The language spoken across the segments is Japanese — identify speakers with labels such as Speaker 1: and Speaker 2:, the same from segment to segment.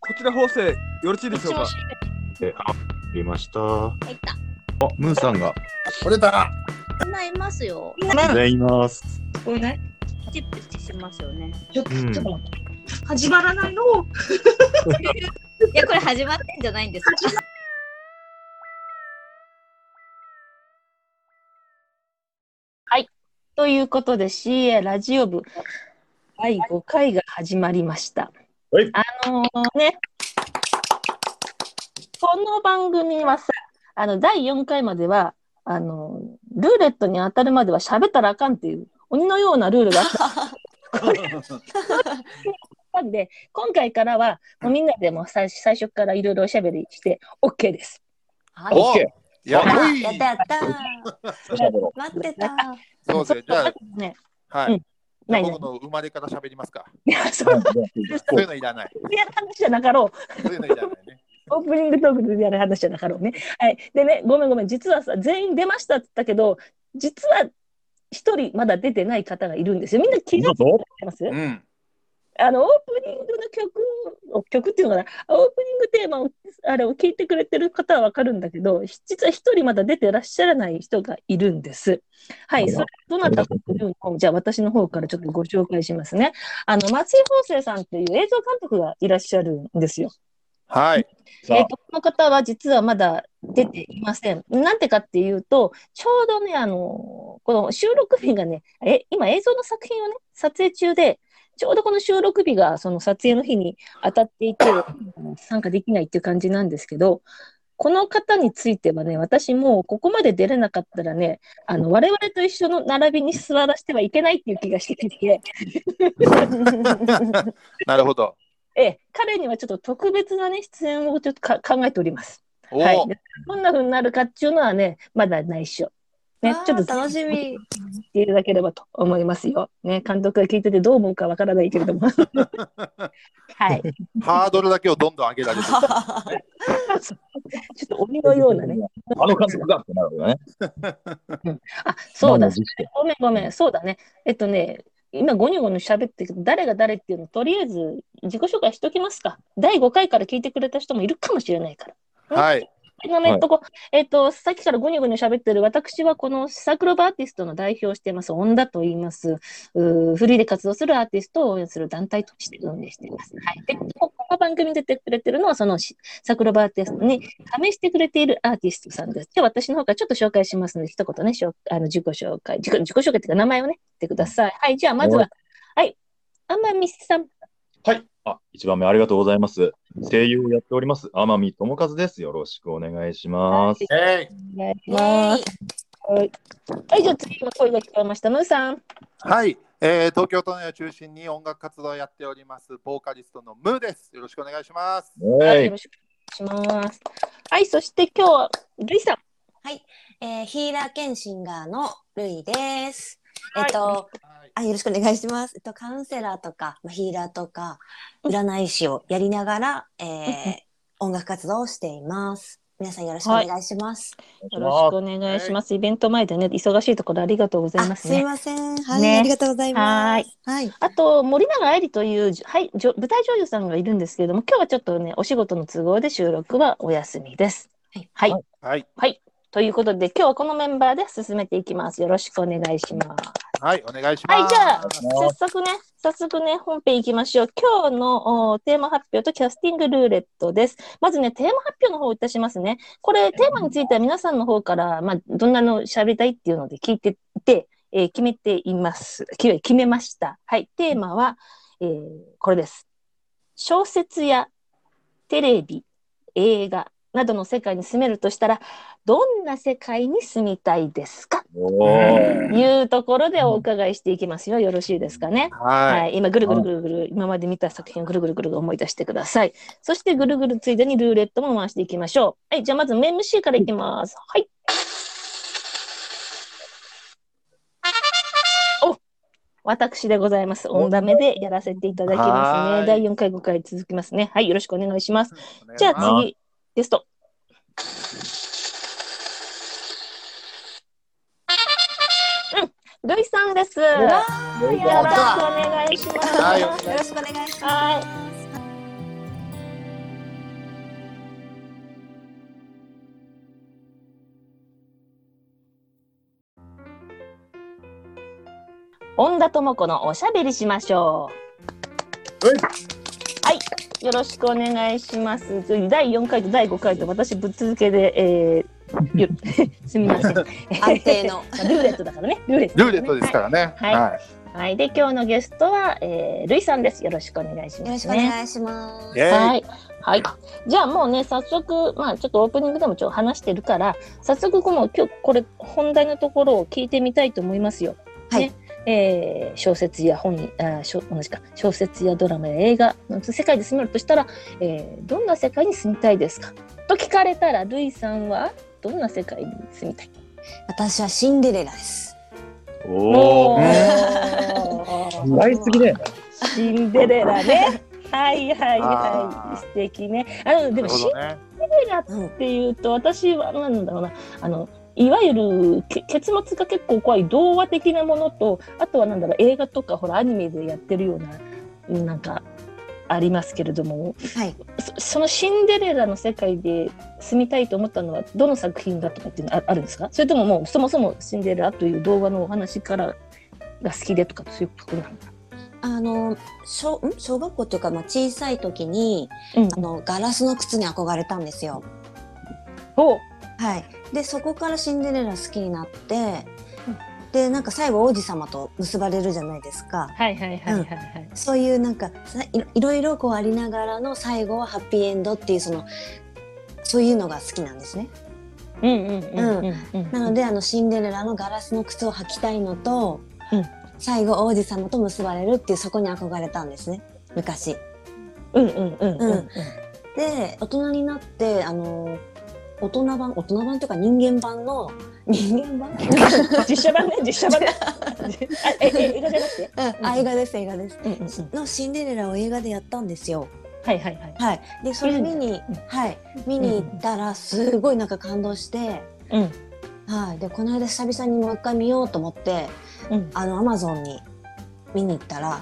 Speaker 1: こちら方正よろしいでしょうか
Speaker 2: えあ、りました。あ、
Speaker 3: 入った。
Speaker 2: ムーさんが。
Speaker 4: 取れた
Speaker 3: みんないますよ。
Speaker 2: ございます。
Speaker 5: これね、
Speaker 3: チップチしますよね。
Speaker 5: ちょっと、
Speaker 2: うん
Speaker 5: ちょっと待って。始まらないの
Speaker 3: いや、これ始まってんじゃないんですか。
Speaker 6: ということで CA ラジオ部第5回が始まりました。
Speaker 2: はい
Speaker 6: あのね、この番組はさ、あの第4回まではあのルーレットに当たるまでは喋ったらあかんっていう鬼のようなルールがあったん で、今回からはもうみんなでも最最初からいろいろおしゃべりして OK です。
Speaker 4: お
Speaker 2: ケ
Speaker 4: や
Speaker 3: あ
Speaker 4: ばい
Speaker 3: やったやった。待ってた。
Speaker 4: そうですね。じゃあ、
Speaker 6: ね、
Speaker 4: はい。
Speaker 6: うん
Speaker 4: じゃあ
Speaker 6: ないない
Speaker 4: 僕。の生まれから喋りますか。
Speaker 6: いや、そう
Speaker 4: そういうのいらない。
Speaker 6: いう話じゃなかろう。
Speaker 4: そういうのいらない ね。
Speaker 6: オープニングトークでやる話じゃなかろうね。はい。でね、ごめんごめん。実はさ、全員出ましたって言ったけど、実は一人まだ出てない方がいるんですよ。みんな気がついてます
Speaker 4: うん。
Speaker 6: あの、オープニングの曲を、曲っていうのかな、オープニングテーマを、あれを聞いてくれてる方はわかるんだけど、実は一人まだ出てらっしゃらない人がいるんです。はい。それ、どなたかというのを、じゃあ私の方からちょっとご紹介しますね。あの、松井芳生さんという映像監督がいらっしゃるんですよ。
Speaker 4: はい。
Speaker 6: えっとこの方は実はまだ出ていません。なんでかっていうと、ちょうどね、あの、この収録日がね、え、今映像の作品をね、撮影中で、ちょうどこの収録日がその撮影の日に当たっていて、参加できないっていう感じなんですけど、この方についてはね、私もうここまで出れなかったらね、あの、我々と一緒の並びに座らせてはいけないっていう気がしてきて、
Speaker 4: なるほど。
Speaker 6: ええ、彼にはちょっと特別なね、出演をちょっとか考えております。
Speaker 4: おお、
Speaker 6: はい、でどんな風になるかっていうのはね、まだ内緒。ね、ちょっと
Speaker 3: 楽しみ。
Speaker 6: 聞いていただければと思いますよ。ね、監督が聞いててどう思うかわからないけれど も。はい。ち
Speaker 4: ハードルだけをどんどん上げられる。
Speaker 6: ょっと鬼のようなね。
Speaker 2: あの監督がってなるよね。
Speaker 6: あ、そう
Speaker 2: 満。
Speaker 6: だ
Speaker 2: を持して
Speaker 6: ごめんごめん。そうだね。えっとね、今ゴニョゴニョ喋ってるけど、誰が誰っていうの、とりあえず自己紹介しときますか。第5回から聞いてくれた人もいるかもしれないから。
Speaker 4: はい。
Speaker 6: のね、とこ、えっ、と、さっきからぐにゅぐにゅ喋ってる、私はこのサークルオブアーティストの代表をしています、オンダと言います、うーフリーで活動するアーティストを応援する団体として運営しています。はい。で、ここの番組に出てくれてるのは、そのしサークルオブアーティストに加盟してくれているアーティストさんです。じゃあ、私の方からちょっと紹介しますので、一言ね、しょあの自己紹介、自己自己紹介っていうか、名前をね、言ってください。はい。じゃあ、まずは、はい。天海さん。
Speaker 2: はい。あ、一番目ありがとうございます。声優をやっております、天海智和です。よろしくお願いします。
Speaker 4: えい
Speaker 6: お願いし
Speaker 3: イェ
Speaker 6: ま
Speaker 3: ーイ
Speaker 6: す。はい。じゃあ、次は声が聞こえました、ムーさん。
Speaker 4: はい。えー、東京都内を中心に音楽活動をやっております、ボーカリストのムーです。よろしくお願いします。
Speaker 6: はい、
Speaker 2: え
Speaker 6: よろしくお願いします。はい、そして今日は、ルイさん。
Speaker 3: えー、ヒーラーケンシンガーのルイです。え
Speaker 6: は
Speaker 3: っ
Speaker 6: い
Speaker 3: と、
Speaker 4: はい、
Speaker 3: あ、よろしくお願いします。えっと、カウンセラーとか、まあヒーラーとか、占い師をやりながら、えー、音楽活動をしています。皆さんよろしくお願いします。
Speaker 6: よろしくお願いします。イベント前でね、忙しいところありがとうござい
Speaker 3: あ
Speaker 6: ますす
Speaker 3: い
Speaker 6: ね。
Speaker 3: ません。はい、
Speaker 6: ね
Speaker 3: ありがとうございます。はい。
Speaker 6: あと、森永愛理という、はい、じょ舞台女優さんがいるんですけれども、今日はちょっとね、お仕事の都合で収録はお休みです。
Speaker 3: はい
Speaker 6: はい。
Speaker 4: はい。
Speaker 6: ということで、今日はこのメンバーで進めていきます。よろしくお願いします。
Speaker 4: はい、お願いします。
Speaker 6: はい、じゃあ、
Speaker 2: ま
Speaker 6: 早速ね、早速ね、本編いきましょう。今日のおーテーマ発表とキャスティングルーレットです。まずね、テーマ発表の方をいたしますね。これ、テーマについては皆さんの方から、まあ、どんなの喋りたいっていうので聞いていて、えー決めています。き決めました。はい、テーマは、えーこれです。小説やテレビ、映画などの世界に住めるとしたら、どんな世界に住みたいですか
Speaker 2: おー
Speaker 6: というところでお伺いしていきますよ。よろしいですかね。
Speaker 4: はい。
Speaker 6: はい、今ぐるぐるぐるぐる今まで見た作品をぐるぐるぐるぐる思い出してください。そしてぐるぐるついでにルーレットも回していきましょう。はい、じゃあまず MC からいきます。はい。お私でございます。オンダメでやらせていただきます
Speaker 4: はーい
Speaker 6: ね。第4回、5回続きますね。はい、よろしくお願いします。じゃ
Speaker 4: お願いします
Speaker 6: あ次、ゲスト。うん、ルイさんです。よ
Speaker 2: ルイ
Speaker 6: ろしくお願いします。
Speaker 4: はいお願いします
Speaker 3: よろしくお願いします。
Speaker 6: はい。恩田智子のおしゃべりしましょう。
Speaker 4: はい
Speaker 6: はい、よろしくお願いします。第4回と第5回と私ぶっ続けで、えーよ すみません。ル
Speaker 3: 安定の。
Speaker 6: ーレットだからね。 ルーレット、
Speaker 4: ルーレットですからね。
Speaker 6: はいはい。はい。で今日のゲストは、えー、ルイさんです。よろしくお願いします、ね。
Speaker 3: よろしくお願いします。
Speaker 4: イエーイ
Speaker 6: はい。はい。じゃあもうね、早速、まあちょっとオープニングでもちょっと話してるから、早速もう今日これ本題のところを聞いてみたいと思いますよ。
Speaker 3: はい
Speaker 6: ねえー小説や本にあ小同じか小説やドラマや映画の世界で住めるとしたら、えーどんな世界に住みたいですかと聞かれたらルイさんはどんな世界に住みたい
Speaker 3: 私はシンデレラです。
Speaker 2: おお。
Speaker 6: ー
Speaker 2: 大好きだよね。
Speaker 6: シンデレ ラね。はいはいは
Speaker 4: あー
Speaker 6: い素敵ね。あので
Speaker 4: なる
Speaker 6: も
Speaker 4: ほ
Speaker 6: シ
Speaker 4: どね。
Speaker 6: ンデレラ
Speaker 3: うん
Speaker 6: っ。ていうと私はなんだろうなあのいわゆるけ結末が結構怖い童話的なものとあとはなんだろう映画とかほらアニメでやってるようなうんなんかありますけれども
Speaker 3: はい。
Speaker 6: そそのシンデレラの世界で住みたいと思ったのはどの作品だとかっていうのああるんですかそれとももうそもそもシンデレラという童話のお話からが好きでとかそういうことなんだ、
Speaker 3: あの、小、ん小学校というか、まあ、小さい時に、
Speaker 6: うん
Speaker 3: あの、ガラスの靴に憧れたんですよ。
Speaker 6: お
Speaker 3: はい。で、そこからシンデレラ好きになって、で、なんか最後王子様と結ばれるじゃないですか。
Speaker 6: はいはいはいはいはい、
Speaker 3: そういうなんかさいろいろいろこうありながらの最後はハッピーエンドっていうそのそういうのが好きなんですね。
Speaker 6: うんうんうんうんうん
Speaker 3: なのであのシンデレラのガラスの靴を履きたいのと、
Speaker 6: うん
Speaker 3: 最後王子様と結ばれるっていうそこに憧れたんですね昔。
Speaker 6: うんうんうんうんうん
Speaker 3: で大人になってあの大人版大人版というか人間版の 人間版
Speaker 6: 実写版ね、実写版ね。あえ、え、映画じゃなくて。
Speaker 3: うんあ映画です映画です。
Speaker 6: うんうんうん
Speaker 3: のシンデレラを映画でやったんですよ。
Speaker 6: はいはいはい。
Speaker 3: はい、でそれ見に、
Speaker 6: うん
Speaker 3: はい、見に行ったらすごいなんか感動して、
Speaker 6: うん
Speaker 3: はい、でこの間久々にもう一回見ようと思って
Speaker 6: うん。
Speaker 3: あのアマゾンに見に行ったら、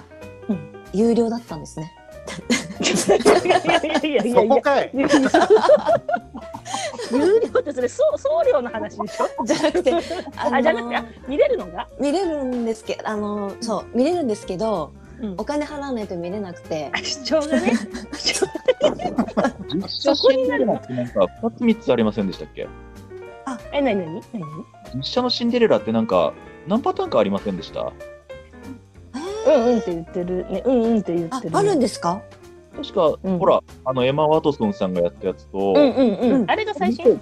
Speaker 6: うん
Speaker 3: 有料だったんですね。
Speaker 6: いやいやいやいやいや
Speaker 4: そこかい。
Speaker 6: 有料ってそれ送送料の話でしょ
Speaker 3: じゃなくて、
Speaker 6: あ
Speaker 3: の
Speaker 6: じゃなくてあ見れるのが
Speaker 3: 見れるんですけどあのそう見れるんですけど、
Speaker 6: うん
Speaker 3: お金払わないと見れなくて
Speaker 6: あ主張がね主張
Speaker 2: 実写シンデレラってなんか二つ三つありませんでしたっけ？
Speaker 6: え何何何
Speaker 2: 実写のシンデレラってなんか何パターンかありませんでした？
Speaker 6: うんうんって言ってるねうんうんって言
Speaker 3: あ
Speaker 6: ってる
Speaker 3: あるん
Speaker 6: で
Speaker 3: ですか
Speaker 2: 確か、
Speaker 6: うん
Speaker 2: ほらあのエマワトソンさんがやったやつと、
Speaker 6: うん
Speaker 2: い
Speaker 6: うんうんあれが最新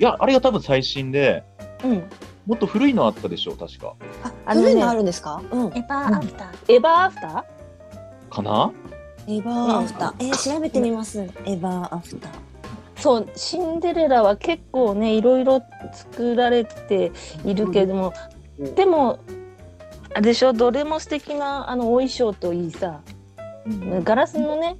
Speaker 2: やあれが多分最新で、
Speaker 6: うん
Speaker 2: もっと古いのあったでしょう確か。
Speaker 3: あ
Speaker 6: あのね
Speaker 3: 古いのあるんですか、うん、
Speaker 6: エバーアフターエバーアフタ
Speaker 2: かな？
Speaker 3: エバーアフター、えー調べてみます、エバーアフター
Speaker 6: ーそうシンデレラは結構ねいろいろ作られているけれども、
Speaker 2: うん
Speaker 6: でもあれでしょどれも素敵なあのお衣装といいさ
Speaker 2: うん
Speaker 6: ガラスのね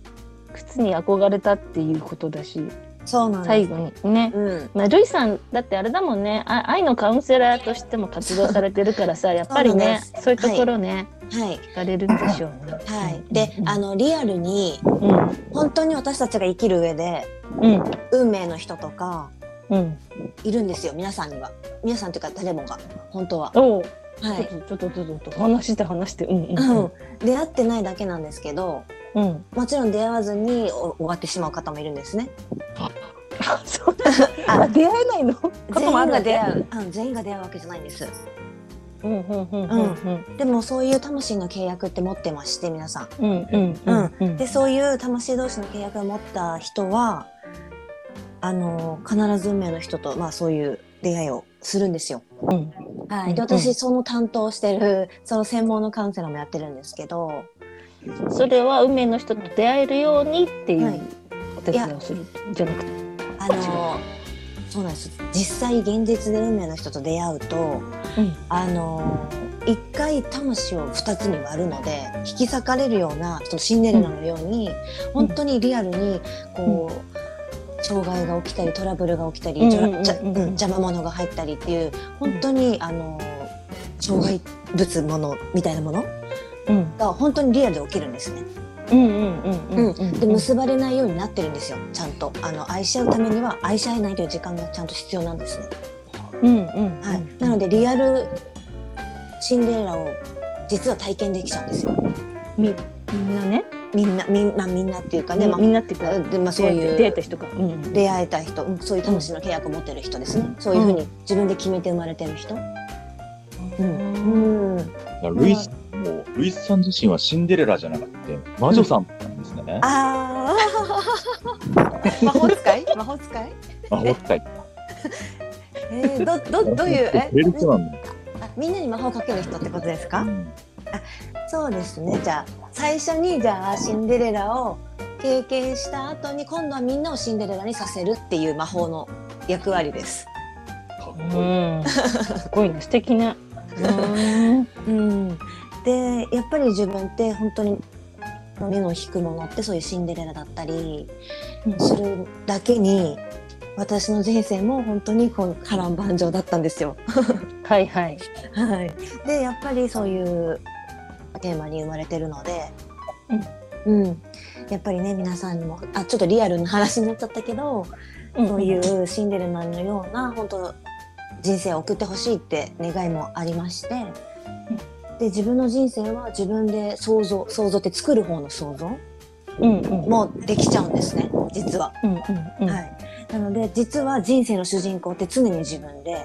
Speaker 6: 靴に憧れたっていうことだし
Speaker 3: そうなんです
Speaker 6: 最後にね、
Speaker 3: うん
Speaker 6: まあ、ルイさんだってあれだもんねあ愛のカウンセラーとしても活動されてるか らさやっぱりね
Speaker 3: そうなんで
Speaker 6: そう
Speaker 3: す
Speaker 6: いうところね、
Speaker 3: はい
Speaker 6: 惹かれるんでしょうね。
Speaker 3: はい、であのリアルに
Speaker 6: の
Speaker 3: 本当に私たちが生きる上で
Speaker 6: うんうん
Speaker 3: 運命の人とか
Speaker 6: うん
Speaker 3: いるんですよ皆さんには皆さんというか誰もが本当は
Speaker 6: おう
Speaker 3: は
Speaker 6: ちょっ
Speaker 3: い、
Speaker 6: とちょっとちょっと話して話してうんうん
Speaker 3: うん、出会ってないだけなんですけど
Speaker 6: うんうん
Speaker 3: もちろん出会わずにお終わってしまう方もいるんですね
Speaker 6: あそうなのあ出会えないのこと
Speaker 3: 全員
Speaker 6: もある
Speaker 3: が
Speaker 6: わけ
Speaker 3: 出会う、うん、全員が出会うわけじゃないんです
Speaker 6: うんうんうんうんうん
Speaker 3: でもそういう魂の契約って持ってまして皆さ
Speaker 6: うんうんうんうん
Speaker 3: んでそういう魂同士の契約を持った人はあの必ず運命の人と、まあ、そういう出会いをするんですよ
Speaker 6: うん
Speaker 3: はい、で
Speaker 6: うんうん
Speaker 3: 私その担当してるその専門のカウンセラーもやってるんですけど
Speaker 6: それは運命の人と出会えるようにってい
Speaker 3: はいう
Speaker 6: お手伝いをするじゃなくて、
Speaker 3: あのそうなんです実際現実で運命の人と出会うと、
Speaker 6: うん
Speaker 3: あの一回魂を二つに割るので引き裂かれるようなそのシンデレラのように、本当にリアルにこう、障害が起きたりトラブルが起きたり、
Speaker 6: うん
Speaker 3: じゃ
Speaker 6: うんうん
Speaker 3: じゃうん邪魔者が入ったりっていう本当に、あの障害物ものみたいなもの
Speaker 6: うん、
Speaker 3: が本当にリアルで起きるんですね。
Speaker 6: うんうんうんうんうん
Speaker 3: で結ばれないようになってるんですよちゃんとあの愛し合うためには愛し合えないという時間がちゃんと必要なんですね、
Speaker 6: うんうん
Speaker 3: はいなのでリアルシンデレラを実は体験できちゃうんですよ
Speaker 6: みんなね、
Speaker 3: みんなみん,、まあ、みんなっていうかね、ま
Speaker 6: みんなっていう
Speaker 3: あ
Speaker 6: か、
Speaker 3: でまあ、そういう
Speaker 6: データ人か、うん、
Speaker 3: 出会えた人うんそういう魂の契約を持ってる人ですね、そういうふうに自分で決めて生まれてる人、うん
Speaker 2: らルイス、もう、ルイスさん自身はシンデレラじゃなくて、魔女さんなんですね。
Speaker 3: ああ魔法使い魔法使い
Speaker 2: 魔法使い。
Speaker 3: えー、どどどういう え
Speaker 2: レルツなんだ。
Speaker 3: あみんなに魔法かける人ってことですか、
Speaker 2: うん
Speaker 3: そうですねじゃあ最初にじゃあシンデレラを経験した後に今度はみんなをシンデレラにさせるっていう魔法の役割です
Speaker 2: かっ
Speaker 6: う
Speaker 2: こいい。
Speaker 6: ん、すごいね、素敵な。うん
Speaker 3: うん、でやっぱり自分って本当に目の引くものってそういうシンデレラだったりするだけに私の人生も本当にこう波乱万丈だったんですよ。
Speaker 6: はいはい。
Speaker 3: はい、でやっぱりそういうテーマに生まれてるので、うんやっぱりね皆さんにもあちょっとリアルな話になっちゃったけど、そういうシンデレラのような本当人生を送ってほしいって願いもありまして、で自分の人生は自分で想像想像って作る方の想像
Speaker 6: うんうんうん
Speaker 3: もできちゃうんですね実は、
Speaker 6: うんうん
Speaker 3: はい。なので実は人生の主人公って常に自分で、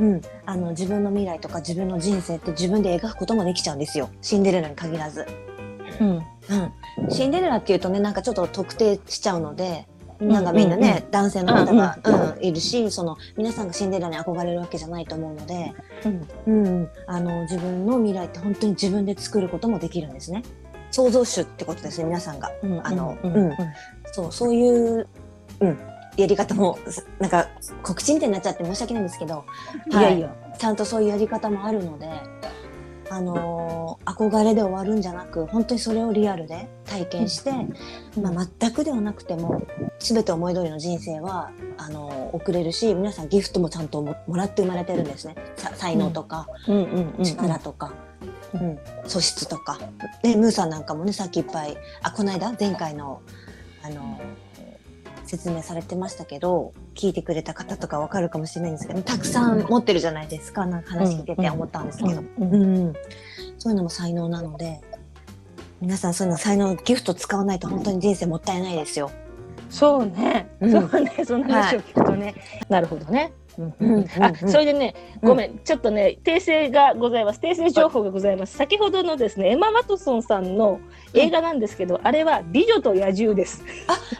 Speaker 3: うん、あの自分の未来とか自分の人生って自分で描くこともできちゃうんですよシンデレラに限らず。
Speaker 6: うん
Speaker 3: うん、シンデレラっていうとねなんかちょっと特定しちゃうのでなんかみんなね、
Speaker 6: うんうん
Speaker 3: 男性の方が、
Speaker 6: う
Speaker 3: うん
Speaker 6: うん
Speaker 3: んいるしその皆さんがシンデレラに憧れるわけじゃないと思うので、
Speaker 6: うん
Speaker 3: うん、あの自分の未来って本当に自分で作ることもできるんですね。創造主ってことですね皆さんが
Speaker 6: うん
Speaker 3: あの
Speaker 6: うん
Speaker 3: うんそうそういう、うん、やり方もすなんか告知みたいになっちゃって申し訳ないんですけど、
Speaker 6: い
Speaker 3: は
Speaker 6: や
Speaker 3: い
Speaker 6: いや。
Speaker 3: ちゃんとそういうやり方もあるので、あのー憧れで終わるんじゃなく本当にそれをリアルで体験して、まあ、全くではなくても全て思い通りの人生はあのー送れるし皆さんギフトもちゃんとももらって生まれてるんですねさ才能とか
Speaker 6: うんうんうん。
Speaker 3: 力とか、
Speaker 6: う
Speaker 3: うんん素質とかでムーさんなんかもねさっきいっぱいあこの間前回のあの説明されてましたけど聞いてくれた方とかわかるかもしれないんですけどたくさん持ってるじゃないですかなんか話聞いてて思ったんですけど、
Speaker 6: うん
Speaker 3: うんそういうのも才能なので皆さんそういうの才能ギフト使わないと本当に人生もったいないですよ。
Speaker 6: そうね。
Speaker 3: うん
Speaker 6: そうね。 その話を聞くとね。なるほどね。あ、それでね、ごめん、ちょっとね、訂正がございます。訂正情報がございます。先ほどのですね、エマ・ワトソンさんの映画なんですけど、あれは美女と野獣 です。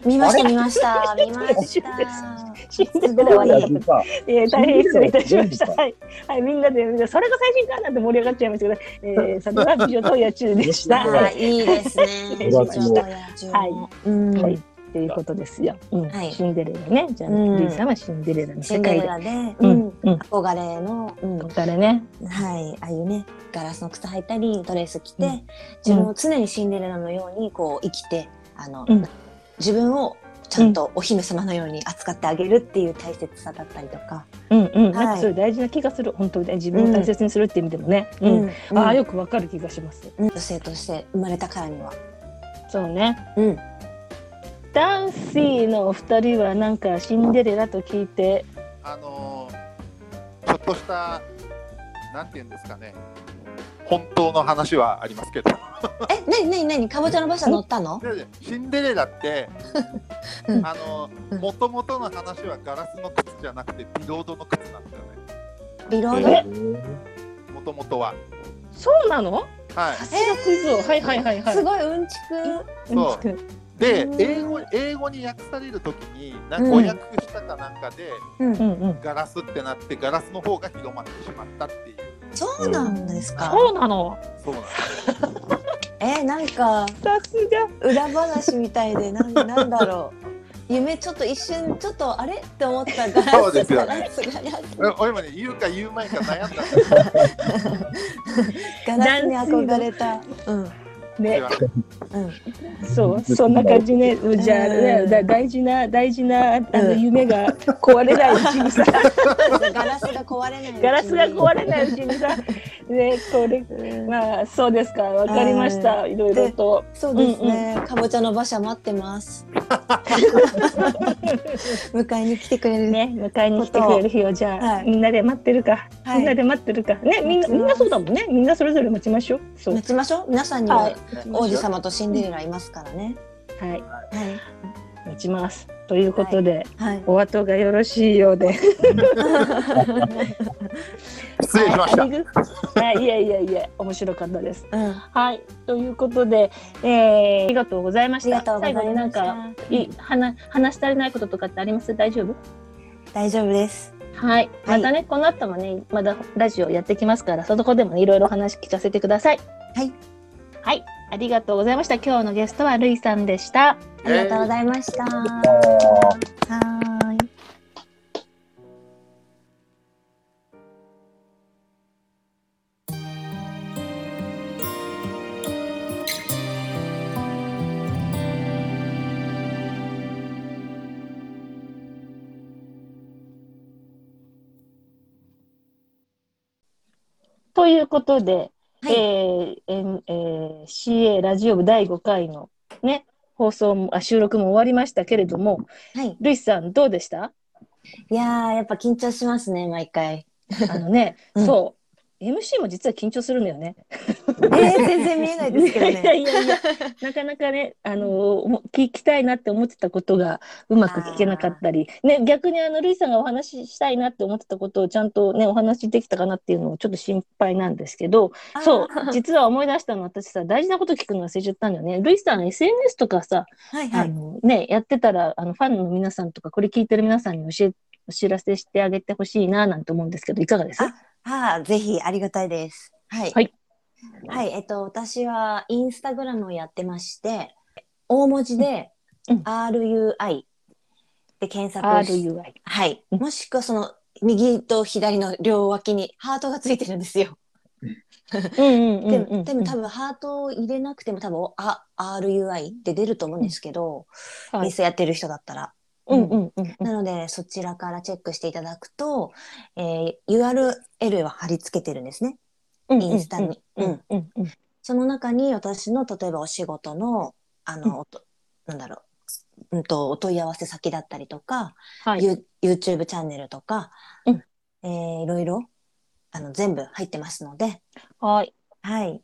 Speaker 3: 見ました見ました見まし
Speaker 6: そうです
Speaker 3: た。
Speaker 6: 死んでる わ
Speaker 3: すごい
Speaker 6: ね。えー、大変失礼いたしました。はい、はい、みんなで、みんなそれが最新かなんて盛り上がっちゃいましたけど、えー、それは美女と野獣で し
Speaker 2: 面
Speaker 6: た。
Speaker 2: 白
Speaker 6: は
Speaker 3: あ
Speaker 6: い、
Speaker 3: いいです ね。
Speaker 6: うわ
Speaker 3: 非常や重要うん
Speaker 6: はいということですよ。うん、
Speaker 3: はい
Speaker 6: シンデレラね、じゃあ、
Speaker 3: うん
Speaker 6: ルイさんはシンデレラの
Speaker 3: シ
Speaker 6: 世
Speaker 3: ンデ
Speaker 6: 界
Speaker 3: レ
Speaker 6: で。
Speaker 3: ラで、う
Speaker 6: う
Speaker 3: んん、
Speaker 6: うん
Speaker 3: 憧れの、うん、
Speaker 6: 誰ね。
Speaker 3: はい、ああいうね、ガラスの靴履いたり、ドレス着て、自分を常にシンデレラのように、こう生きて、あの、
Speaker 6: うん
Speaker 3: 自分を。ちゃんとお姫様のように扱ってあげるっていう大切さだったりとか、
Speaker 6: うんうん、なんか
Speaker 3: はい
Speaker 6: そういう大事な気がする。本当にね自分を大切にするって意味でもね。うん。
Speaker 3: うん
Speaker 6: ああ、よくわかる気がします。
Speaker 3: うん女性として生まれたからには、
Speaker 6: そうね。
Speaker 3: うん、
Speaker 6: ダンシーのお二人はなんかシンデレラと聞いて、
Speaker 4: あのーちょっとした、なんて言うんですかね、本当の話はありますけど、
Speaker 3: え、なになになに、かぼちゃの馬車乗ったの？
Speaker 4: でシンデレラって、
Speaker 3: うん
Speaker 4: あの
Speaker 3: うん
Speaker 4: もともとの話はガラスの靴じゃなくて、ビロードの靴なんですよね、
Speaker 3: ビロード。
Speaker 2: え
Speaker 4: もともとは。
Speaker 6: そうなの？
Speaker 4: はい
Speaker 6: さすがクイズを。はいはいはいはい。
Speaker 3: す
Speaker 6: い。
Speaker 3: ごいうんち
Speaker 4: そう
Speaker 6: う
Speaker 4: で
Speaker 3: うん
Speaker 4: 英語英語に訳されるときになんか語訳したかなんかで、
Speaker 3: く。うん、
Speaker 6: んうん。
Speaker 4: ガラスってなってガラスの方が広まってしまったっていう
Speaker 3: そうなんですか。
Speaker 6: そうなの。
Speaker 4: そうなんです
Speaker 3: え、なんか。
Speaker 6: さすが。
Speaker 3: 裏話みたいで なんなんだろう夢ちょっと一瞬ちょっとあれって思ったガラス
Speaker 4: そうですよね
Speaker 3: ガラス
Speaker 4: え俺もね言うか言うまいか悩んだん
Speaker 3: ガラスに憧れた、うんうん、
Speaker 6: ね。
Speaker 4: だけ
Speaker 6: そう、そんな感じね。うんじゃあ、ね、だ大事な大事なあの
Speaker 3: うん
Speaker 6: 夢が 壊れないうちにさ、
Speaker 3: ガラスが壊れないうちに
Speaker 6: ガラスが壊れないうちにさ、ね、これ、まあ、そうですか、わかりました、いろいろと。
Speaker 3: そうですね、かぼちゃの馬車待って ます。迎えに来てくれる。
Speaker 6: ね、迎えに来てくれる日を、じゃあ、
Speaker 3: はい
Speaker 6: みんなで待ってるか、
Speaker 3: はい
Speaker 6: みんなで待ってるか、ね、みんな、
Speaker 3: 待ちます
Speaker 6: みんなそうだもんね、みんなそれぞれ待ちましょう。そう。
Speaker 3: 待ちましょう。皆さんに
Speaker 6: は
Speaker 3: はい王子様とシンデレラいますからね。
Speaker 6: はい、
Speaker 3: はい。
Speaker 6: 待ちます。ということで、
Speaker 3: はい。
Speaker 6: お後がよろしいようで。
Speaker 4: 失礼しました。
Speaker 6: はい ありがあいやいやいや、面白かったです。
Speaker 3: うん。あ
Speaker 6: はい、ということで、えー、ありがとうございまし
Speaker 3: り
Speaker 6: た。
Speaker 3: がとうござい
Speaker 6: 最後になん
Speaker 3: まし
Speaker 6: か、
Speaker 3: た。
Speaker 6: い、話、話し足りないこととかってあります。大丈夫。
Speaker 3: 大丈夫です。
Speaker 6: はい、
Speaker 3: はい
Speaker 6: またね、この後もね、まだラジオやってきますから、そこでもねいろいろお話聞かせてください。
Speaker 3: はい。
Speaker 6: はい、ありがとうございました。今日のゲストはルイさんでした。
Speaker 3: ありがとうございました。はーい。
Speaker 6: ということで、
Speaker 3: はい
Speaker 6: えーえんえー CA ラジオ部第5回のね、放送もあ収録も終わりましたけれども、
Speaker 3: はい。
Speaker 6: ルイさんどうでした？
Speaker 3: いやー、やっぱ緊張しますね、毎回。
Speaker 6: あのね、
Speaker 3: うん
Speaker 6: そう、MC も実は緊張するのよね。
Speaker 3: えー、全然見え ないですけど
Speaker 6: いや
Speaker 3: ね。
Speaker 6: いやいや、なかなかね、あのも聞きたいなって思ってたことがうまく聞けなかったり、ね、逆にあの、ルイさんがお話ししたいなって思ってたことをちゃんとね、お話しできたかなっていうのをちょっと心配なんですけど、そう、実は思い出したの私さ、大事なこと聞くの忘れちゃったんだよね。ルイさん SNS とかさ、
Speaker 3: はいは
Speaker 6: あ
Speaker 3: い。
Speaker 6: のね、やってたら、あの、ファンの皆さんとか、これ聞いてる皆さんに教え、お知らせしてあげてほしいな、なんて思うんですけど、いかがですか
Speaker 3: はあ、ぜひありがたいです。はい。
Speaker 6: はい。
Speaker 3: はい、えっと、私はインスタグラムをやってまして、大文字で
Speaker 6: うん
Speaker 3: RUI で検索をし
Speaker 6: ?RUI。
Speaker 3: はい。
Speaker 6: うん
Speaker 3: もしくはその右と左の両脇にハートがついてるんですよ。
Speaker 6: うんうんうん
Speaker 3: で
Speaker 6: うんう
Speaker 3: も
Speaker 6: ん。
Speaker 3: でも多分ハートを入れなくても多分あ RUI って出ると思うんですけど、
Speaker 6: うんは
Speaker 3: イ
Speaker 6: い
Speaker 3: ンスタやってる人だったら。
Speaker 6: うんうんうんうん。
Speaker 3: なのでそちらからチェックしていただくと、えー URL は貼り付けてるんですね。インスタに。
Speaker 6: う
Speaker 3: うん
Speaker 6: んうんうん。
Speaker 3: その中に私の例えばお仕事のあの、おとなんだろう、うん、とお問い合わせ先だったりとか、
Speaker 6: はい。
Speaker 3: ユ YouTube チャンネルとか、
Speaker 6: うん
Speaker 3: えーいろいろあの全部入ってますので、
Speaker 6: はい。
Speaker 3: はい、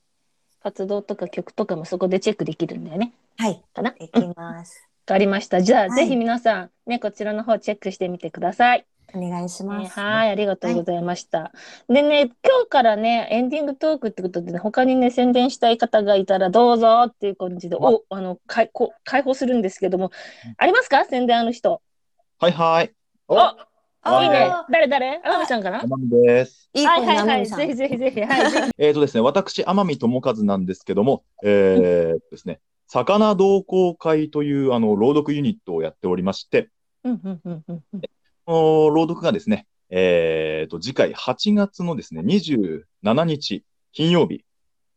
Speaker 6: 活動とか曲とかもそこでチェックできるんだよね。
Speaker 3: はい、
Speaker 6: かな
Speaker 3: できます。
Speaker 6: わかりました。じゃ
Speaker 3: は
Speaker 6: あ、
Speaker 3: い
Speaker 6: ぜひ皆さん、ね、こちらの方チェックしてみてください。
Speaker 3: お願いし
Speaker 6: ね
Speaker 3: ます。
Speaker 6: はい、ありがとうございました。でね、今日からね、エンディングトークってことでね、他にね、宣伝したい方がいたらどうぞっていう感じで、お、あの、解こ解放するんですけども、ありますか宣伝あの人。
Speaker 2: はいはい。
Speaker 4: お
Speaker 6: あ
Speaker 2: はい
Speaker 6: いいね
Speaker 3: あ。
Speaker 6: 誰誰天海さんかな
Speaker 2: 天海です。
Speaker 3: いい
Speaker 6: は
Speaker 3: 子
Speaker 6: い
Speaker 3: に
Speaker 6: はい
Speaker 3: 天
Speaker 6: は
Speaker 3: 海
Speaker 6: い。
Speaker 3: さ
Speaker 6: ぜひ
Speaker 3: ん。
Speaker 6: ぜひぜひ。はい。ぜ
Speaker 2: えーとですね、私、天海智和なんですけども、えーとですね、魚同好会というあの朗読ユニットをやっておりまして、
Speaker 6: ひ うんうんうんうんうん。
Speaker 2: この朗読がですね、えーと、次回8月のですね、27日金曜日、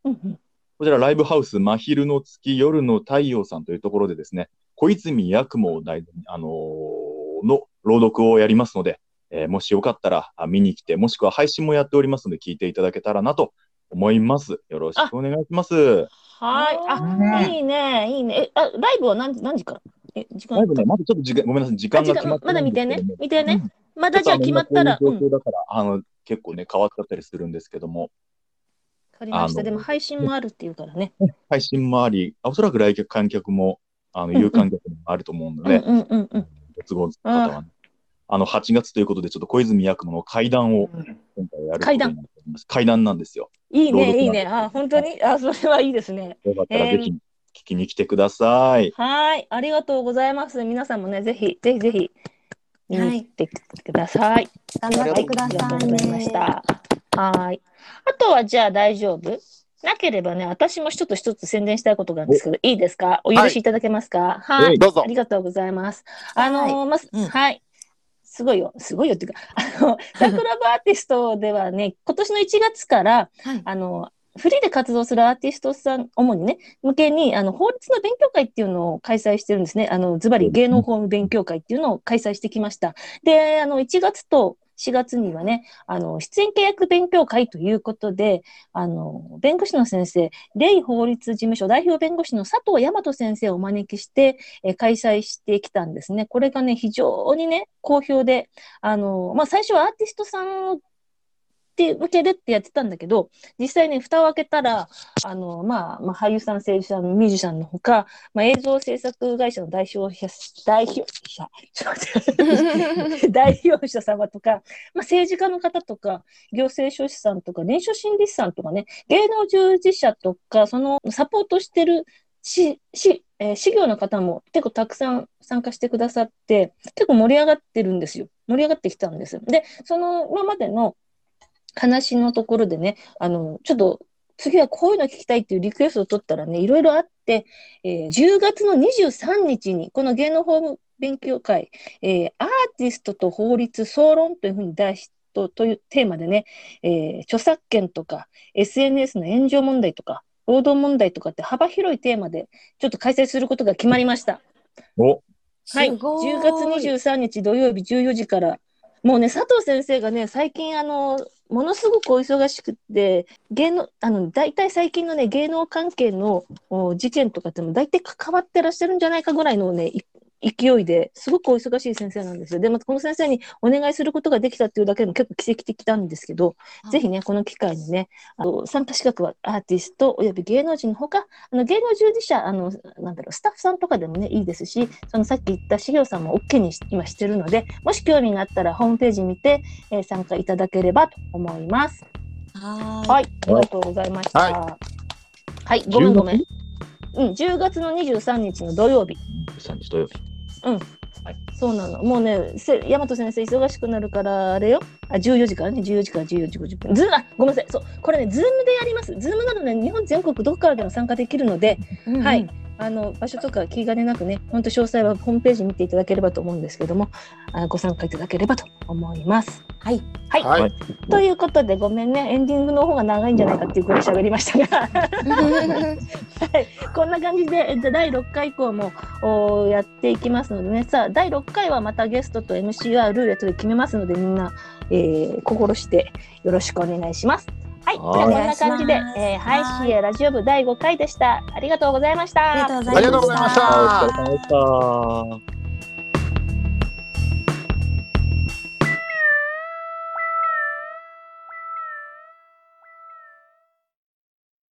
Speaker 6: うんうん
Speaker 2: こちらライブハウス真昼の月夜の太陽さんというところでですね、小泉八雲大あのーの朗読をやりますので、えーもしよかったらあ見に来て、もしくは配信もやっておりますので聞いていただけたらなと思います。よろしくお願いします。
Speaker 6: はい。あ、いいね、いいね。え、あ、ライブは何時、何時から。え、時間
Speaker 2: ライ。ブね、まだちょっと時間、ごめんなさい、時
Speaker 6: あ
Speaker 2: 間
Speaker 6: 時
Speaker 2: が決ま
Speaker 6: 間
Speaker 2: って
Speaker 6: まだ見てね、見てね。ま
Speaker 2: た
Speaker 6: たじゃあ決まったら。
Speaker 2: 状
Speaker 6: うん
Speaker 2: 況だから、あの、結構ね、変わっちゃったりするんですけども、
Speaker 6: わかりました。
Speaker 2: あの
Speaker 6: でも配信もあるっていうからね。
Speaker 2: 配信もあり、あおそらく来客観客も、あの、有観客もあると思うの
Speaker 6: うん
Speaker 2: で、
Speaker 6: うんうんうん。
Speaker 2: ご都合の方はね。あの、8月ということで、ちょっと小泉八雲の会談を今回やることになっております。会談なんですよ。
Speaker 6: いい
Speaker 2: 朗読
Speaker 6: ね、
Speaker 2: ない
Speaker 6: いね。あ、本当に。あ、それはいいですね。
Speaker 2: よかったら
Speaker 6: え
Speaker 2: ぜ
Speaker 6: ー
Speaker 2: ひ聞きに来てください。
Speaker 6: はい。ありがとうございます。皆さんもね、ぜひ、ぜひぜひ、見に来てください。
Speaker 3: 頑張ってくだ
Speaker 6: あり
Speaker 3: さ
Speaker 6: が
Speaker 3: い
Speaker 6: とうございま
Speaker 3: ね
Speaker 6: し。た。はい。あとは、じゃあ大丈夫なければね、私もちょっと一つ宣伝したいことがあるんですけど、いいですかお許しいただけますかはい。
Speaker 4: どうぞ
Speaker 6: あ。りがとうございます。あのーまず
Speaker 3: うん
Speaker 6: はい。すごいよ、すごいよっていうか、あ の、サクラブアーティストではね、今年の1月から、
Speaker 3: はい
Speaker 6: あの、フリーで活動するアーティストさん、主にね、向けに、あの、法律の勉強会っていうのを開催してるんですね。あの、ズバリ芸能法務勉強会っていうのを開催してきました。で、あの、1月と4月にはね、あの、出演契約勉強会ということで、あの、弁護士の先生、レイ法律事務所代表弁護士の佐藤大和先生をお招きして、えー開催してきたんですね。これがね、非常にね、好評で、あの、まあ、最初はアーティストさんをで受けるってやってたんだけど、実際ね、蓋を開けたら、あの、まあ、まあ、俳優さん、声優さん、ミュージシャンのほか、まあ、映像制作会社の代表者、代表者、ちょっと待って代表者様とか、まあ、政治家の方とか、行政書士さんとか、年書心理士さんとかね、芸能従事者とか、そのサポートしてるし、し、えー、事業の方も結構たくさん参加してくださって、結構盛り上がってるんですよ。盛り上がってきたんです。で、その今までの話のところでね、あの、ちょっと、次はこういうの聞きたいっていうリクエストを取ったらね、いろいろあって、えー10月の23日に、この芸能法務勉強会、えーアーティストと法律総論というふうに題しとというテーマでね、えー著作権とか SNS の炎上問題とか労働問題とかって幅広いテーマでちょっと開催することが決まりました。
Speaker 2: お、
Speaker 6: はい、
Speaker 3: すごーい
Speaker 6: 10月23日土曜日14時から、もうね、佐藤先生がね、最近、あの、ものすごくお忙しくて、芸能、あの、大体最近のね、芸能関係のお事件とかっても、大体関わってらっしゃるんじゃないかぐらいのね、い勢いですごくお忙しい先生なんですよ。で、またこの先生にお願いすることができたっていうだけでも結構奇跡的なんですけど、ぜひね、この機会にね、あの参加資格はアーティストおよび芸能人のほか、あの芸能従事者あのなんだろうスタッフさんとかでもねいいですしそのさっき言った資料さんも OK にし今してるのでもし興味があったらホームページ見て、えー参加いただければと思います。
Speaker 3: はーい
Speaker 6: はい、ありがとうございました。は、
Speaker 4: はい
Speaker 6: ごめんごめん。うん、10月の23日の土曜日。
Speaker 2: 3日土曜日。
Speaker 6: そうなの。もうね、せ大和先生忙しくなるから、あれよ。あ、14時からね、14時から14時50分。ズーム、あ、ごめんなさい。そう、これね、ズームでやります。ズームなので、日本全国どこからでも参加できるので、
Speaker 3: うんうん
Speaker 6: はい。あの場所とか気兼ねなくね、本当詳細はホームページ見ていただければと思うんですけども、あご参加いただければと思います。
Speaker 3: はい。
Speaker 6: はい。
Speaker 4: はい
Speaker 2: はい
Speaker 6: ということで、ごめんね、エンディングの方が長いんじゃないかっていうぐらい喋りましたが、 はい、こんな感じで、えっと第6回以降もおーやっていきますのでね、さあ、第6回はまたゲストと MC はルーレットで決めますので、みんな、えー心してよろしくお願いします。はい、じゃあ
Speaker 2: は
Speaker 6: こ
Speaker 2: い
Speaker 6: んな感じで、
Speaker 3: お願いします
Speaker 6: えー、
Speaker 3: は
Speaker 6: はいい、シエラジオ部第5回でした。ありがとうございました。
Speaker 3: ありがとうございました。
Speaker 4: ありがとうございました
Speaker 2: あお疲れ様でした。